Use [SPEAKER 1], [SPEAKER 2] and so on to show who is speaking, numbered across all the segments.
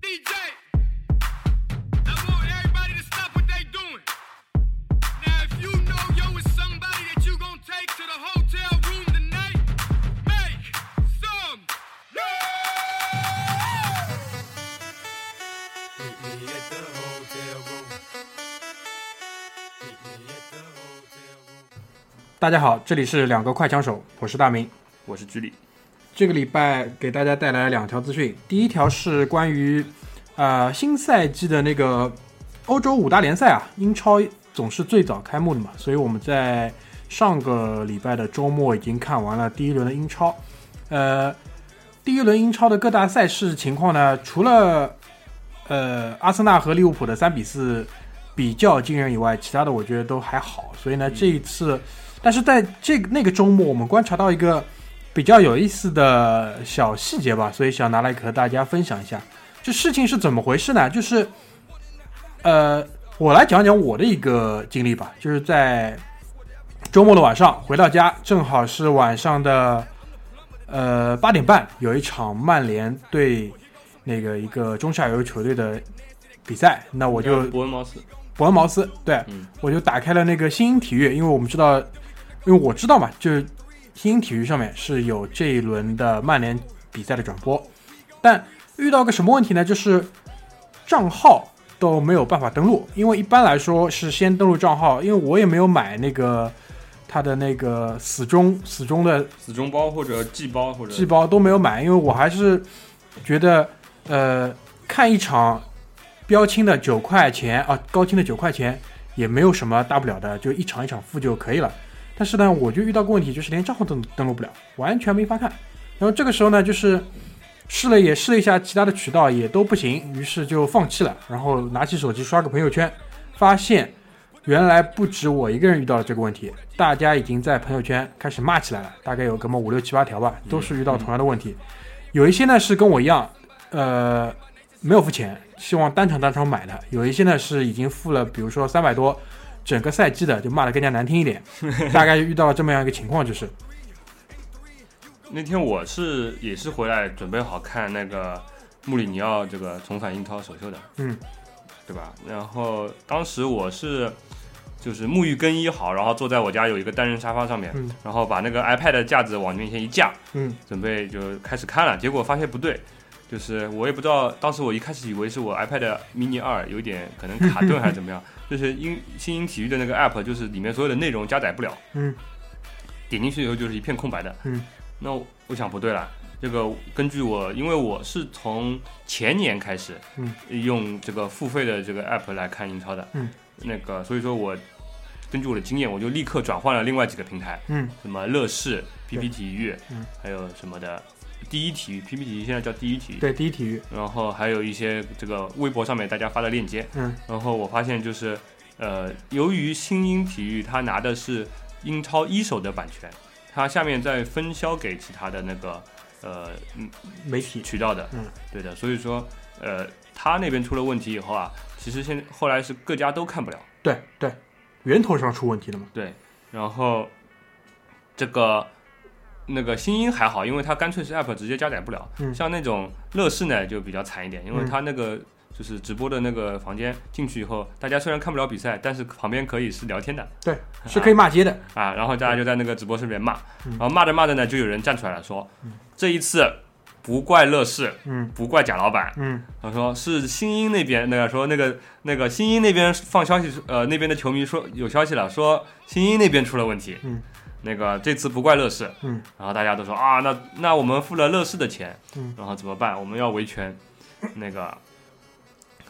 [SPEAKER 1] DJ. I want everybody to stop what they doing. Now, if you know yo is somebody that you gonna take to the hotel room tonight, make some noise. Meet me at the hotel room. Meet me at the hotel room.
[SPEAKER 2] 大家好，这里是两个快枪手，我是大明。
[SPEAKER 3] 我是居里，
[SPEAKER 2] 这个礼拜给大家带来两条资讯，第一条是关于呃新赛季的那个欧洲五大联赛啊，英超总是最早开幕的嘛，所以我们在上个礼拜的周末已经看完了第一轮的英超。呃，第一轮英超的各大赛事情况呢，除了呃阿森纳和利物浦的三比四比较惊人以外，其他的我觉得都还好。所以呢，这一次，但是在这个那个周末，我们观察到一个比较有意思的小细节吧，所以想拿来和大家分享一下。这事情是怎么回事呢？就是，呃，我来讲讲我的一个经历吧。就是在周末的晚上回到家，正好是晚上的呃八点半，有一场曼联对那个一个中下游球队的比赛，那我就
[SPEAKER 3] 伯恩茅斯，
[SPEAKER 2] 伯恩茅斯，对、
[SPEAKER 3] 嗯
[SPEAKER 2] 我就打开了那个新英体育，因为我们知道，因为我知道嘛，就是新英体育上面是有这一轮的曼联比赛的转播，但遇到个什么问题呢？就是账号都没有办法登录，因为一般来说是先登录账号，因为我也没有买那个他的那个死忠死忠的
[SPEAKER 3] 死忠包或者季包或者
[SPEAKER 2] 季包都没有买，因为我还是觉得，呃，看一场标清的九块钱啊，高清的九块钱也没有什么大不了的，就一场一场付就可以了。但是呢，我就遇到个问题，就是连账号都登录不了，完全没法看。然后这个时候呢，就是试了也试了一下其他的渠道，也都不行，于是就放弃了。然后拿起手机刷个朋友圈，发现原来不止我一个人遇到了这个问题，大家已经在朋友圈开始骂起来了，大概有个么五六七八条吧，都是遇到同样的问题。有一些呢是跟我一样，呃，没有付钱，希望单场单场买的；有一些呢是已经付了，比如说三百多，整个赛季的，就骂得更加难听一 点。大概遇到了这么样一个情况，就是
[SPEAKER 3] 那天我是也是回来准备好看那个穆里尼奥这个重返英超首秀的，
[SPEAKER 2] 嗯，
[SPEAKER 3] 对吧？然后当时我是就是沐浴更衣好，然后坐在我家有一个单人沙发上面，
[SPEAKER 2] 嗯
[SPEAKER 3] 然后把那个 iPad 的架子往面前一架，
[SPEAKER 2] 嗯，
[SPEAKER 3] 准备就开始看了，结果发现不对。就是我也不知道，当时我一开始以为是我 iPad mini 二有点可能卡顿还是怎么样， 就是英新英体育的那个 app，就是里面所有的内容加载不了，
[SPEAKER 2] 嗯，
[SPEAKER 3] 点进去以后就是一片空白的，
[SPEAKER 2] 嗯，
[SPEAKER 3] 那我我想不对了，这个根据我，因为我是从前年开始，
[SPEAKER 2] 嗯，
[SPEAKER 3] 用这个付费的这个 app 来看英超的，
[SPEAKER 2] 嗯，
[SPEAKER 3] 那个所以说我根据我的经验，我就立刻转换了另外几个平台，
[SPEAKER 2] 嗯
[SPEAKER 3] 什么乐视、PP 体育，
[SPEAKER 2] 嗯
[SPEAKER 3] 还有什么的第一体育，PP 体育现在叫第一体育，
[SPEAKER 2] 对，第一体育，
[SPEAKER 3] 然后还有一些这个微博上面大家发的链接，
[SPEAKER 2] 嗯
[SPEAKER 3] 然后我发现就是，呃，由于新英体育它拿的是英超一手的版权，它下面再分销给其他的那个呃嗯
[SPEAKER 2] 媒体，
[SPEAKER 3] 渠道的，
[SPEAKER 2] 嗯，
[SPEAKER 3] 对的，所以说呃它那边出了问题以后啊，其实现后来是各家都看不了，
[SPEAKER 2] 对对，源头上出问题了嘛，
[SPEAKER 3] 对，然后这个那个新英还好，因为它干脆是 app 直接加载不了。
[SPEAKER 2] 嗯
[SPEAKER 3] 像那种乐视呢就比较惨一点，因为
[SPEAKER 2] 嗯
[SPEAKER 3] 它那个就是直播的那个房间进去以后，大家虽然看不了比赛，但是旁边可以是聊天的
[SPEAKER 2] 对，是可以骂街的，
[SPEAKER 3] 啊，然后大家就在那个直播室里面骂，
[SPEAKER 2] 嗯
[SPEAKER 3] 然后骂着骂着呢，就有人站出来了说，这一次不怪乐视，
[SPEAKER 2] 嗯
[SPEAKER 3] 不怪贾老板，
[SPEAKER 2] 嗯
[SPEAKER 3] 他说是新英那边那个说那个那个新英那边放消息，呃，那边的球迷说有消息了，说新英那边出了问题。
[SPEAKER 2] 嗯，
[SPEAKER 3] 那个这次不怪乐视，
[SPEAKER 2] 嗯
[SPEAKER 3] 然后大家都说啊，那那我们付了乐视的钱，
[SPEAKER 2] 嗯
[SPEAKER 3] 然后怎么办？我们要维权。那个，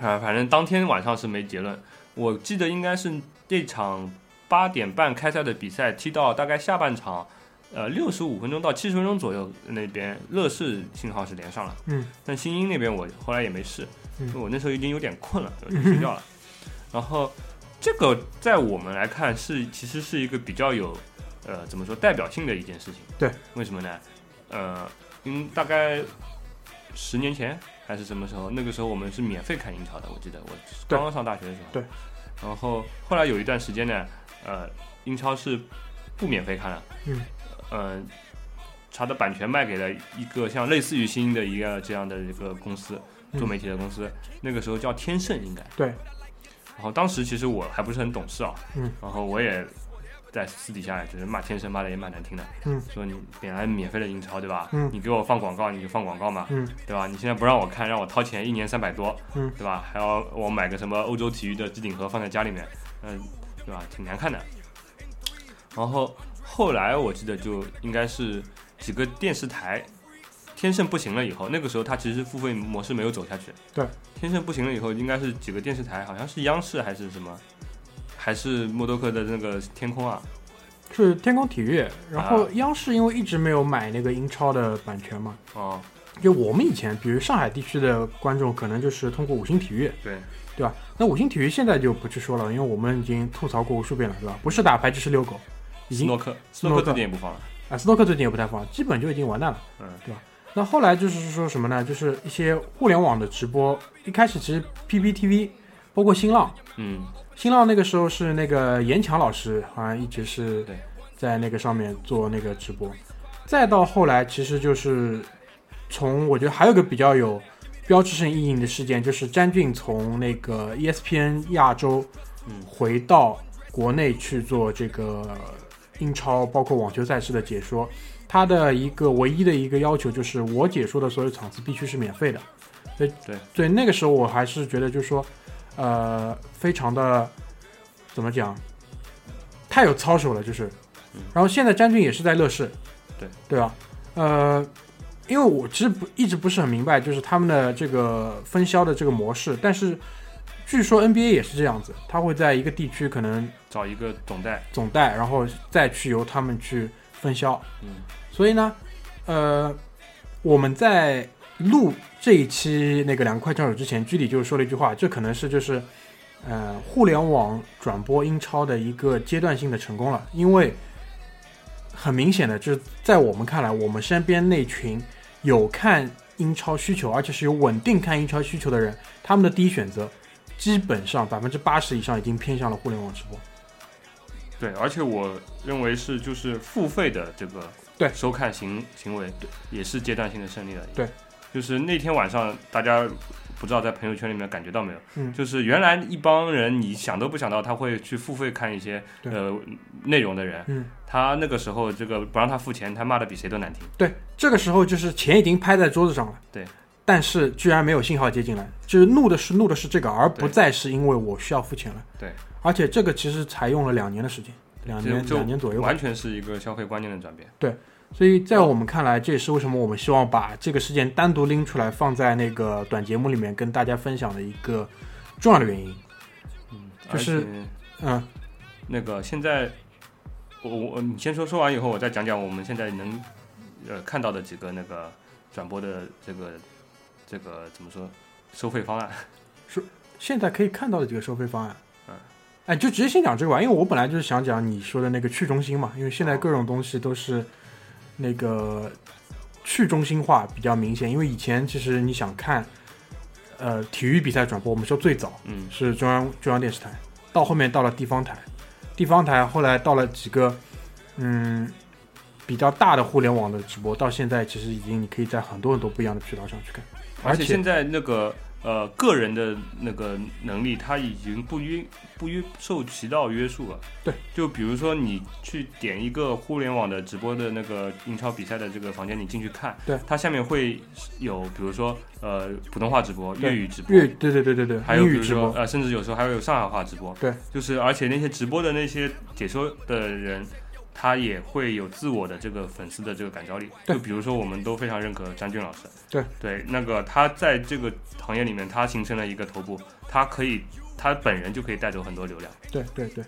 [SPEAKER 3] 啊，反正当天晚上是没结论。我记得应该是这场八点半开赛的比赛踢到大概下半场，呃，六十五分钟到七十分钟左右那边，乐视信号是连上了。
[SPEAKER 2] 嗯
[SPEAKER 3] 但新英那边我后来也没试，
[SPEAKER 2] 嗯
[SPEAKER 3] 因为我那时候已经有点困了，我就睡觉了。然后这个在我们来看是其实是一个比较有呃怎么说代表性的一件事情。
[SPEAKER 2] 对，
[SPEAKER 3] 为什么呢？呃，因大概十年前还是什么时候，那个时候我们是免费看英超的，我记得我
[SPEAKER 2] 对
[SPEAKER 3] 刚刚上大学的时候。
[SPEAKER 2] 对。
[SPEAKER 3] 然后后来有一段时间呢，呃，英超是不免费看了。
[SPEAKER 2] 嗯。
[SPEAKER 3] 呃，它的版权卖给了一个像类似于新的一个这样的一个公司，做媒体的公司，那个时候叫天盛应该。
[SPEAKER 2] 对，
[SPEAKER 3] 然后当时其实我还不是很懂事啊，
[SPEAKER 2] 嗯，
[SPEAKER 3] 然后我也在私底下也觉得骂天生骂的也蛮难听的，
[SPEAKER 2] 嗯
[SPEAKER 3] 说你本来免费的英超对吧，
[SPEAKER 2] 嗯
[SPEAKER 3] 你给我放广告你就放广告嘛，
[SPEAKER 2] 嗯，
[SPEAKER 3] 对吧？你现在不让我看，让我掏钱，一年三百多，
[SPEAKER 2] 嗯，
[SPEAKER 3] 对吧？还要我买个什么欧洲体育的置顶盒放在家里面，嗯、对吧？挺难看的。然后后来我记得就应该是几个电视台，天盛不行了以后，那个时候它其实付费模式没有走下去，
[SPEAKER 2] 对，
[SPEAKER 3] 天盛不行了以后，应该是几个电视台，好像是央视还是什么，还是默多克的那个天空啊，
[SPEAKER 2] 是天空体育。然后
[SPEAKER 3] 啊
[SPEAKER 2] 央视因为一直没有买那个英超的版权嘛，
[SPEAKER 3] 哦，
[SPEAKER 2] 就我们以前，比如上海地区的观众，可能就是通过五星体育，
[SPEAKER 3] 对，
[SPEAKER 2] 对吧？那五星体育现在就不去说了，因为我们已经吐槽过无数遍了，对吧？不是打牌就是遛狗，已
[SPEAKER 3] 斯
[SPEAKER 2] 经
[SPEAKER 3] 诺克，斯
[SPEAKER 2] 诺克
[SPEAKER 3] 诺克最近也不放了，
[SPEAKER 2] 啊，斯诺克最近也不太放，基本就已经完蛋了。
[SPEAKER 3] 嗯，
[SPEAKER 2] 那后来就是说什么呢？就是一些互联网的直播，一开始其实 PPTV，包括新浪，
[SPEAKER 3] 嗯，
[SPEAKER 2] 新浪那个时候是那个严强老师，好像一直是
[SPEAKER 3] 对
[SPEAKER 2] 在那个上面做那个直播。再到后来，其实就是从我觉得还有一个比较有标志性意义的事件，就是詹俊从那个 E ESPN 亚洲
[SPEAKER 3] 嗯
[SPEAKER 2] 回到国内去做这个英超包括网球赛事的解说。他的一个唯一的一个要求就是，我解说的所有场次必须是免费的。所以
[SPEAKER 3] 对
[SPEAKER 2] 对，那个时候我还是觉得就是说，呃，非常的怎么讲，太有操守了，就是
[SPEAKER 3] 嗯。
[SPEAKER 2] 然后现在詹俊也是在乐视，
[SPEAKER 3] 对
[SPEAKER 2] 对吧？呃，因为我其实不一直不是很明白，就是他们的这个分销的这个模式，但是据说 NBA 也是这样子，他会在一个地区可能
[SPEAKER 3] 找一个总代，
[SPEAKER 2] 总代，然后再去由他们去分销。
[SPEAKER 3] 嗯，
[SPEAKER 2] 所以呢，呃，我们在录这一期那个两个快枪手之前，居里就说了一句话，这可能是就是，呃，互联网转播英超的一个阶段性的成功了，因为很明显的就是在我们看来，我们身边那群有看英超需求，而且是有稳定看英超需求的人，他们的第一选择基本上百分之八十以上已经偏向了互联网直播。
[SPEAKER 3] 对，而且我认为是就是付费的这个
[SPEAKER 2] 对
[SPEAKER 3] 收看行行为，也是阶段性的胜利了。
[SPEAKER 2] 对，
[SPEAKER 3] 就是那天晚上大家不知道在朋友圈里面感觉到没有，
[SPEAKER 2] 嗯
[SPEAKER 3] 就是原来一帮人你想都不想到他会去付费看一些
[SPEAKER 2] 对
[SPEAKER 3] 呃内容的人，
[SPEAKER 2] 嗯，
[SPEAKER 3] 他那个时候这个不让他付钱，他骂的比谁都难听。
[SPEAKER 2] 对，这个时候就是钱已经拍在桌子上了。
[SPEAKER 3] 对，
[SPEAKER 2] 但是居然没有信号接进来，就是怒的是怒的是这个，而不
[SPEAKER 3] 对
[SPEAKER 2] 再是因为我需要付钱了。
[SPEAKER 3] 对，
[SPEAKER 2] 而且这个其实才用了两年的时间，两
[SPEAKER 3] 就
[SPEAKER 2] 年
[SPEAKER 3] 就
[SPEAKER 2] 两年左右吧。
[SPEAKER 3] 完全是一个消费观念的转变。
[SPEAKER 2] 所以在我们看来，这也是为什么我们希望把这个事件单独拎出来放在那个短节目里面跟大家分享的一个重要的原因。
[SPEAKER 3] 嗯，
[SPEAKER 2] 就是嗯，
[SPEAKER 3] 那个现在，我我你先说说完以后，我再讲讲我们现在能呃看到的几个那个转播的这个这个怎么说收费方案。
[SPEAKER 2] 现在可以看到的几个收费方案
[SPEAKER 3] 嗯。
[SPEAKER 2] 哎，就直接先讲这个吧，因为我本来就是想讲你说的那个去中心嘛，因为现
[SPEAKER 3] 哦
[SPEAKER 2] 在各种东西都是那个去中心化比较明显。因为以前其实你想看，呃，体育比赛转播，我们说最早
[SPEAKER 3] 嗯
[SPEAKER 2] 是中央中央电视台，到后面到了地方台，地方台后来到了几个嗯比较大的互联网的直播，到现在其实已经你可以在很多很多不一样的渠道上去看，
[SPEAKER 3] 而
[SPEAKER 2] 而
[SPEAKER 3] 且现在那个呃个人的那个能力，他已经不约不约受渠道约束了。
[SPEAKER 2] 对，
[SPEAKER 3] 就比如说你去点一个互联网的直播的那个英超比赛的这个房间，你进去看，
[SPEAKER 2] 对
[SPEAKER 3] 它下面会有比如说呃普通话直播、
[SPEAKER 2] 对
[SPEAKER 3] 粤语直播、
[SPEAKER 2] 粤对对对对对，
[SPEAKER 3] 还有
[SPEAKER 2] 英
[SPEAKER 3] 比
[SPEAKER 2] 语
[SPEAKER 3] 如
[SPEAKER 2] 直
[SPEAKER 3] 说
[SPEAKER 2] 播，
[SPEAKER 3] 呃，甚至有时候还会有上海话直播。
[SPEAKER 2] 对，
[SPEAKER 3] 就是而且那些直播的那些解说的人，他也会有自我的这个粉丝的这个感召力。
[SPEAKER 2] 对
[SPEAKER 3] 就比如说我们都非常认可张军老师。
[SPEAKER 2] 对
[SPEAKER 3] 对，那个他在这个行业里面，他形成了一个头部，他可以他本人就可以带走很多流量。
[SPEAKER 2] 对对对。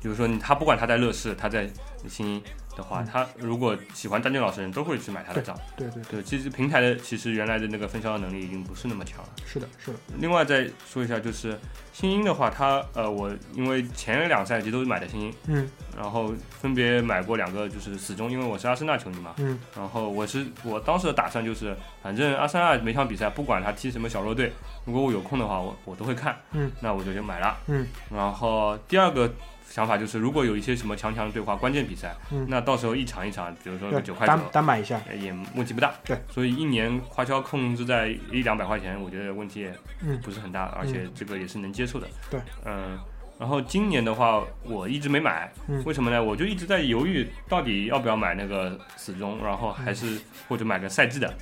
[SPEAKER 3] 比如说你他不管他在乐视，他在新一的话，他如果喜欢张军老师的人都会去买他的账。
[SPEAKER 2] 嗯对对对，
[SPEAKER 3] 对，其实平台的其实原来的那个分销的能力已经不是那么强了。
[SPEAKER 2] 是的，是的，
[SPEAKER 3] 另外再说一下，就是新英的话，它呃，我因为前两赛季都买的新英，
[SPEAKER 2] 嗯
[SPEAKER 3] 然后分别买过两个，就是死忠，因为我是阿森纳球迷嘛，
[SPEAKER 2] 嗯
[SPEAKER 3] 然后我是我当时的打算就是，反正阿森纳每场比赛不管他踢什么小弱队，如果我有空的话，我我都会看，
[SPEAKER 2] 嗯，
[SPEAKER 3] 那我就就买了，
[SPEAKER 2] 嗯，
[SPEAKER 3] 然后第二个想法就是，如果有一些什么强强对话、关键比赛，
[SPEAKER 2] 嗯
[SPEAKER 3] 那到时候一场一场，比如说
[SPEAKER 2] 对
[SPEAKER 3] 九块
[SPEAKER 2] 单
[SPEAKER 3] 九，
[SPEAKER 2] 单买一下，
[SPEAKER 3] 呃也问题不大。
[SPEAKER 2] 对，
[SPEAKER 3] 所以一年花销控制在一两百块钱，我觉得问题也
[SPEAKER 2] 嗯
[SPEAKER 3] 不是很大，而且这个也是能接受的。
[SPEAKER 2] 对，
[SPEAKER 3] 嗯。然后今年的话，我一直没买，
[SPEAKER 2] 嗯
[SPEAKER 3] 为什么呢？我就一直在犹豫，到底要不要买那个死忠，然后
[SPEAKER 2] 嗯
[SPEAKER 3] 还是或者买个赛季的。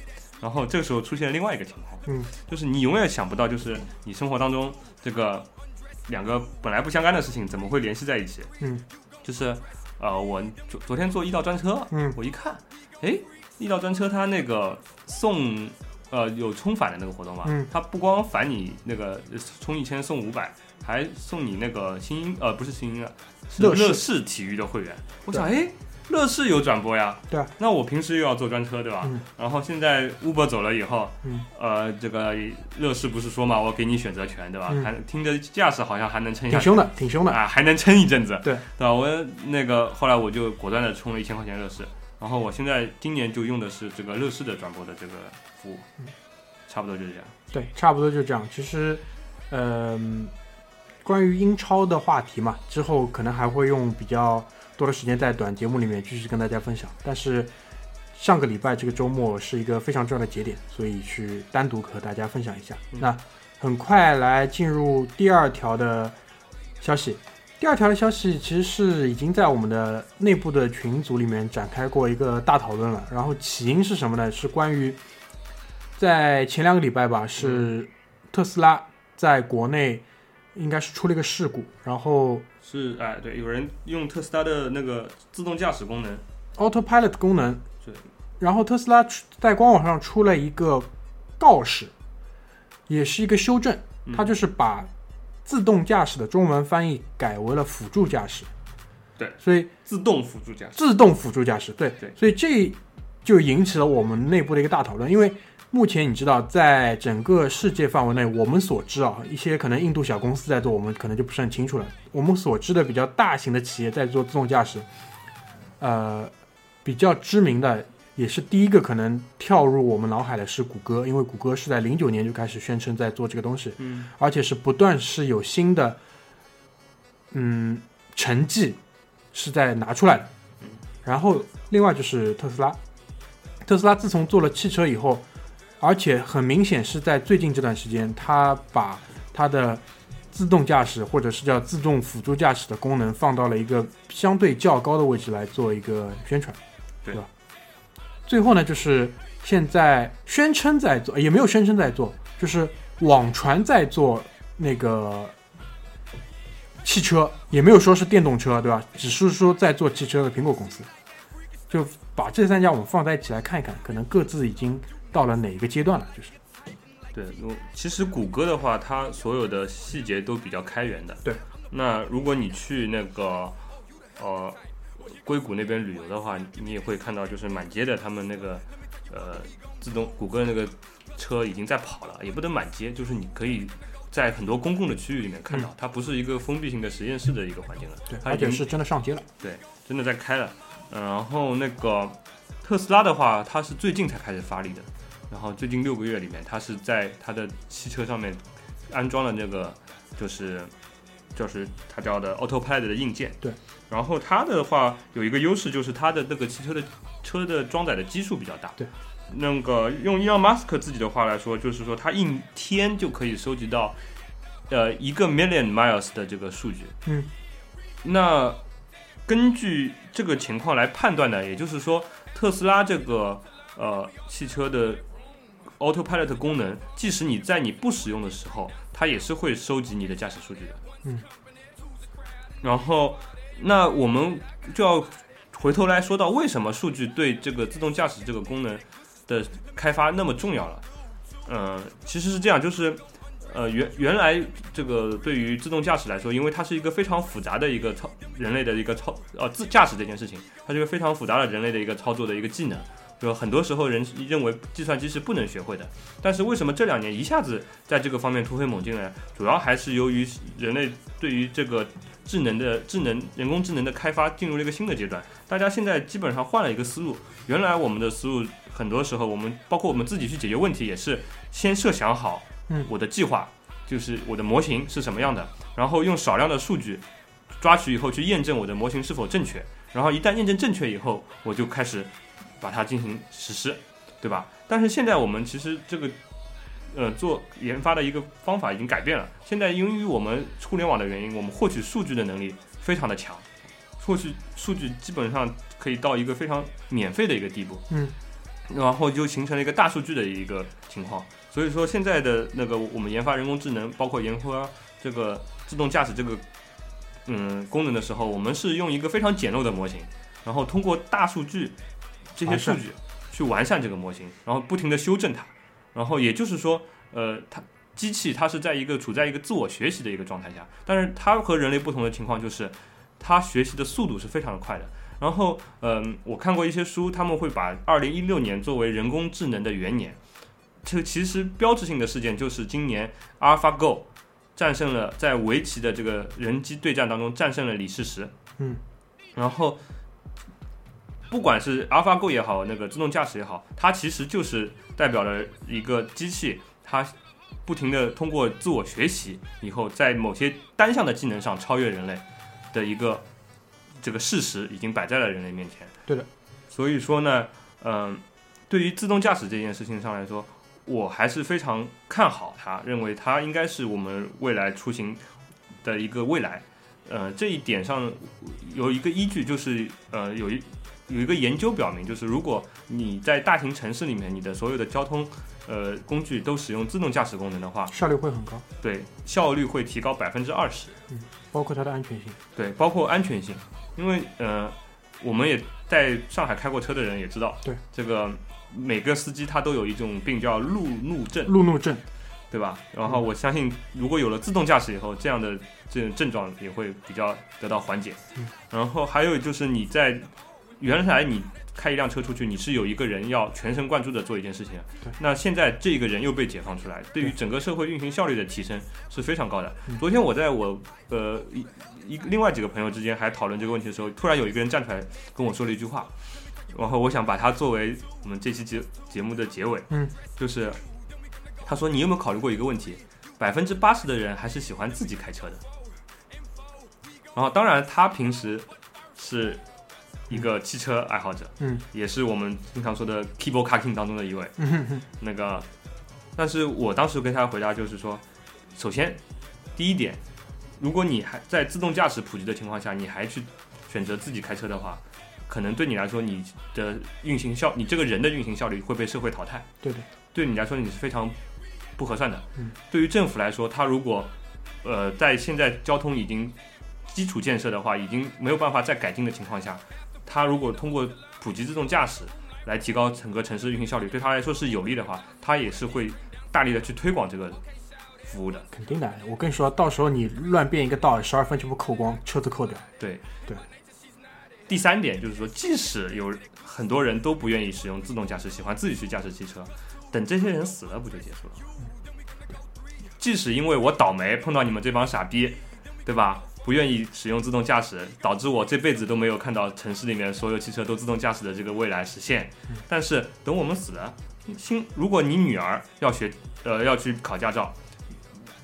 [SPEAKER 3] 然后这个时候出现另外一个情况，
[SPEAKER 2] 嗯，
[SPEAKER 3] 就是你永远想不到，就是你生活当中这个两个本来不相干的事情怎么会联系在一起？
[SPEAKER 2] 嗯，
[SPEAKER 3] 就是呃，我昨昨天坐一道专车，
[SPEAKER 2] 嗯
[SPEAKER 3] 我一看，诶，一道专车它那个送呃有充返的那个活动嘛，
[SPEAKER 2] 嗯
[SPEAKER 3] 它不光返你那个呃充一千送五百，还送你那个新英呃不是新英啊，是
[SPEAKER 2] 乐视
[SPEAKER 3] 乐视体育的会员。我想，诶，乐视有转播呀，
[SPEAKER 2] 对啊
[SPEAKER 3] 那我平时又要坐专车对吧？
[SPEAKER 2] 嗯
[SPEAKER 3] 然后现在 Uber 走了以后，
[SPEAKER 2] 嗯
[SPEAKER 3] 呃，这个乐视不是说嘛，我给你选择权对吧？
[SPEAKER 2] 嗯
[SPEAKER 3] 还听着架势好像还能撑下
[SPEAKER 2] 挺
[SPEAKER 3] 去。
[SPEAKER 2] 凶的，挺凶的，
[SPEAKER 3] 啊，还能撑一阵子。
[SPEAKER 2] 对，
[SPEAKER 3] 对吧？我那个后来我就果断的充了一千块钱乐视，然后我现在今年就用的是这个乐视的转播的这个服务，差不多就这样。
[SPEAKER 2] 对，差不多就这样。其实，嗯、关于英超的话题嘛，之后可能还会用比较多的时间在短节目里面继续跟大家分享。但是上个礼拜这个周末是一个非常重要的节点，所以去单独和大家分享一下。
[SPEAKER 3] 嗯
[SPEAKER 2] 那很快来进入第二条的消息。第二条的消息其实是已经在我们的内部的群组里面展开过一个大讨论了。然后起因是什么呢？是关于在前两个礼拜
[SPEAKER 3] 嗯
[SPEAKER 2] 吧，是特斯拉在国内应该是出了一个事故，然后
[SPEAKER 3] 是哎，对，有人用特斯拉的那个自动驾驶功能，
[SPEAKER 2] Autopilot 功能
[SPEAKER 3] 对，
[SPEAKER 2] 然后特斯拉出在官网上出了一个告示，也是一个修正，
[SPEAKER 3] 嗯
[SPEAKER 2] 它就是把自动驾驶的中文翻译改为了辅助驾驶。
[SPEAKER 3] 对
[SPEAKER 2] 所以
[SPEAKER 3] 自动辅助驾驶。
[SPEAKER 2] 自动辅助驾驶，对
[SPEAKER 3] 对
[SPEAKER 2] 所以这就引起了我们内部的一个大讨论，因为目前你知道，在整个世界范围内，我们所知啊，一些可能印度小公司在做，我们可能就不是很清楚了。我们所知的比较大型的企业在做自动驾驶，呃，比较知名的也是第一个可能跳入我们脑海的是谷歌，因为谷歌是在零九年就开始宣称在做这个东西，
[SPEAKER 3] 嗯，
[SPEAKER 2] 而且是不断是有新的，嗯，成绩是在拿出来的
[SPEAKER 3] 嗯。
[SPEAKER 2] 然后另外就是特斯拉，特斯拉自从做了汽车以后，而且很明显是在最近这段时间，它把它的自动驾驶或者是叫自动辅助驾驶的功能放到了一个相对较高的位置来做一个宣传，
[SPEAKER 3] 对
[SPEAKER 2] 吧？最后呢，就是现在宣称在做，也没有宣称在做，就是网传在做那个汽车，也没有说是电动车，对吧？只是说在做汽车的苹果公司，就把这三家我们放在一起来看一看，可能各自已经到了哪一个阶段了，就是
[SPEAKER 3] 对，我其实谷歌的话，它所有的细节都比较开源的。
[SPEAKER 2] 对，
[SPEAKER 3] 那如果你去那个呃硅谷那边旅游的话，你也会看到，就是满街的他们那个呃自动谷歌那个车已经在跑了，也不能满街，就是你可以。在很多公共的区域里面看到，它不是一个封闭性的实验室的一个环境了，
[SPEAKER 2] 嗯对，
[SPEAKER 3] 它
[SPEAKER 2] 而
[SPEAKER 3] 已经
[SPEAKER 2] 且是真的上街了，
[SPEAKER 3] 对，真的在开了。嗯，然后那个特斯拉的话，它是最近才开始发力的，然后最近六个月里面，它是在它的汽车上面安装了那个就是就是它叫的 Autopilot 的硬件。
[SPEAKER 2] 对。
[SPEAKER 3] 然后它的话有一个优势就是它的那个汽车的车的装载的基数比较大。
[SPEAKER 2] 对。
[SPEAKER 3] 那个用伊 l 马斯克自己的话来说，就是说他一天就可以收集到呃一个 million miles 的这个数据。
[SPEAKER 2] 嗯。
[SPEAKER 3] 那根据这个情况来判断呢，也就是说，特斯拉这个呃汽车的 Autopilot 功能，即使你在你不使用的时候，它也是会收集你的驾驶数据的。
[SPEAKER 2] 嗯。
[SPEAKER 3] 然后，那我们就要回头来说到为什么数据对这个自动驾驶这个功能的开发那么重要了。嗯、其实是这样，就是。呃，原原来这个对于自动驾驶来说，因为它是一个非常复杂的一个操人类的一个操呃自驾驶这件事情，它是一个非常复杂的人类的一个操作的一个技能，就很多时候人认为计算机是不能学会的。但是为什么这两年一下子在这个方面突飞猛进呢？主要还是由于人类对于这个智能的智能人工智能的开发进入了一个新的阶段，大家现在基本上换了一个思路。原来我们的思路很多时候，我们包括我们自己去解决问题，也是先设想好
[SPEAKER 2] 嗯
[SPEAKER 3] 我的计划，就是我的模型是什么样的，然后用少量的数据抓取以后去验证我的模型是否正确，然后一旦验证正确以后，我就开始把它进行实施，对吧？但是现在我们其实这个，呃，做研发的一个方法已经改变了。现在由于我们互联网的原因，我们获取数据的能力非常的强，获取数据基本上可以到一个非常免费的一个地步。
[SPEAKER 2] 嗯，
[SPEAKER 3] 然后就形成了一个大数据的一个情况。所以说现在的那个我们研发人工智能，包括研发这个自动驾驶这个嗯功能的时候，我们是用一个非常简陋的模型，然后通过大数据这些
[SPEAKER 2] 完
[SPEAKER 3] 数
[SPEAKER 2] 善
[SPEAKER 3] 据去完善这个模型，然后不停的修正它，然后也就是说，呃，它机器它是在一个处在一个自我学习的一个状态下，但是它和人类不同的情况就是，它学习的速度是非常快的。然后，嗯，我看过一些书，他们会把二零一六年作为人工智能的元年。这其实标志性的事件就是今年 AlphaGo 战胜了在围棋的这个人机对战当中战胜了李世石。
[SPEAKER 2] 嗯，
[SPEAKER 3] 然后不管是 AlphaGo 也好，那个自动驾驶也好，它其实就是代表了一个机器，它不停的通过自我学习以后，在某些单项的技能上超越人类的一个这个事实已经摆在了人类面前。
[SPEAKER 2] 对的。
[SPEAKER 3] 所以说呢，嗯、对于自动驾驶这件事情上来说，我还是非常看好它，认为它应该是我们未来出行的一个未来。呃，这一点上有一个依据，就是呃，有一有一个研究表明，就是如果你在大型城市里面，你的所有的交通呃工具都使用自动驾驶功能的话，
[SPEAKER 2] 效率会很高，
[SPEAKER 3] 对效率会提高百分之二十。
[SPEAKER 2] 包括它的安全性。
[SPEAKER 3] 对，包括安全性，因为呃，我们也在上海开过车的人也知道，
[SPEAKER 2] 对
[SPEAKER 3] 这个每个司机他都有一种病叫路怒症，
[SPEAKER 2] 路怒症，
[SPEAKER 3] 对吧？
[SPEAKER 2] 嗯
[SPEAKER 3] 然后我相信，如果有了自动驾驶以后，这样的这种症状也会比较得到缓解。
[SPEAKER 2] 嗯
[SPEAKER 3] 然后还有就是你在原来你开一辆车出去，你是有一个人要全神贯注的做一件事情啊
[SPEAKER 2] 对，
[SPEAKER 3] 那现在这个人又被解放出来，对于
[SPEAKER 2] 对
[SPEAKER 3] 整个社会运行效率的提升是非常高的。
[SPEAKER 2] 嗯
[SPEAKER 3] 昨天我在我呃一一另外几个朋友之间还讨论这个问题的时候，突然有一个人站出来跟我说了一句话，然后我想把它作为我们这期节节目的结尾，
[SPEAKER 2] 嗯，
[SPEAKER 3] 就是他说你有没有考虑过一个问题？百分之八十的人还是喜欢自己开车的。然后，当然他平时是一个汽车爱好者，
[SPEAKER 2] 嗯，
[SPEAKER 3] 也是我们经常说的 keyboard car king 当中的一位。
[SPEAKER 2] 嗯哼哼，
[SPEAKER 3] 那个，但是我当时跟他回答就是说，首先，第一点，如果你还在自动驾驶普及的情况下，你还去选择自己开车的话，可能对你来说，你的运行效，你这个人的运行效率会被社会淘汰。
[SPEAKER 2] 对的，
[SPEAKER 3] 对你来说你是非常不合算的。
[SPEAKER 2] 嗯
[SPEAKER 3] 对于政府来说，它如果呃在现在交通已经基础建设的话，已经没有办法再改进的情况下，它如果通过普及自动驾驶来提高整个城市运行效率，对它来说是有利的话，它也是会大力的去推广这个服务的。
[SPEAKER 2] 肯定的。我跟你说，到时候你乱变一个道，十二分全部扣光，车子扣掉。
[SPEAKER 3] 对
[SPEAKER 2] 对。
[SPEAKER 3] 第三点就是说，即使有很多人都不愿意使用自动驾驶，喜欢自己去驾驶汽车，等这些人死了不就结束了？即使因为我倒霉碰到你们这帮傻逼，对吧？不愿意使用自动驾驶，导致我这辈子都没有看到城市里面所有汽车都自动驾驶的这个未来实现。但是等我们死了，新如果你女儿要学呃要去考驾照，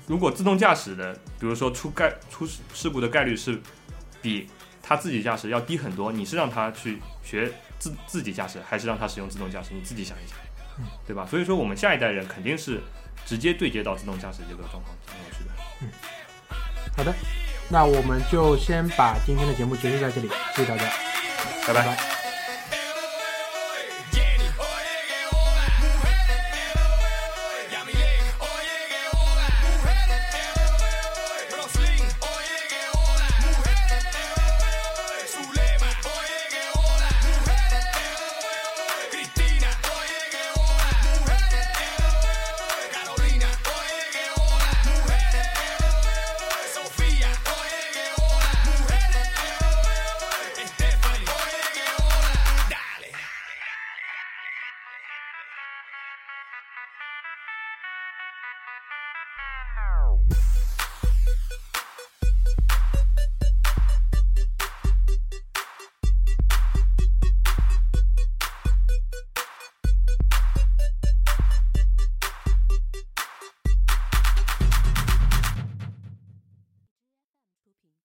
[SPEAKER 3] 如果自动驾驶的，比如说出概出事事故的概率是比他自己驾驶要低很多，你是让他去学自自己驾驶，还是让他使用自动驾驶？你自己想一想，对吧？所以说我们下一代人肯定是直接对接到自动驾驶这个状况当中去的。
[SPEAKER 2] 好的，那我们就先把今天的节目结束在这里，谢谢大家，
[SPEAKER 3] 拜
[SPEAKER 2] 拜
[SPEAKER 3] 拜
[SPEAKER 2] 拜。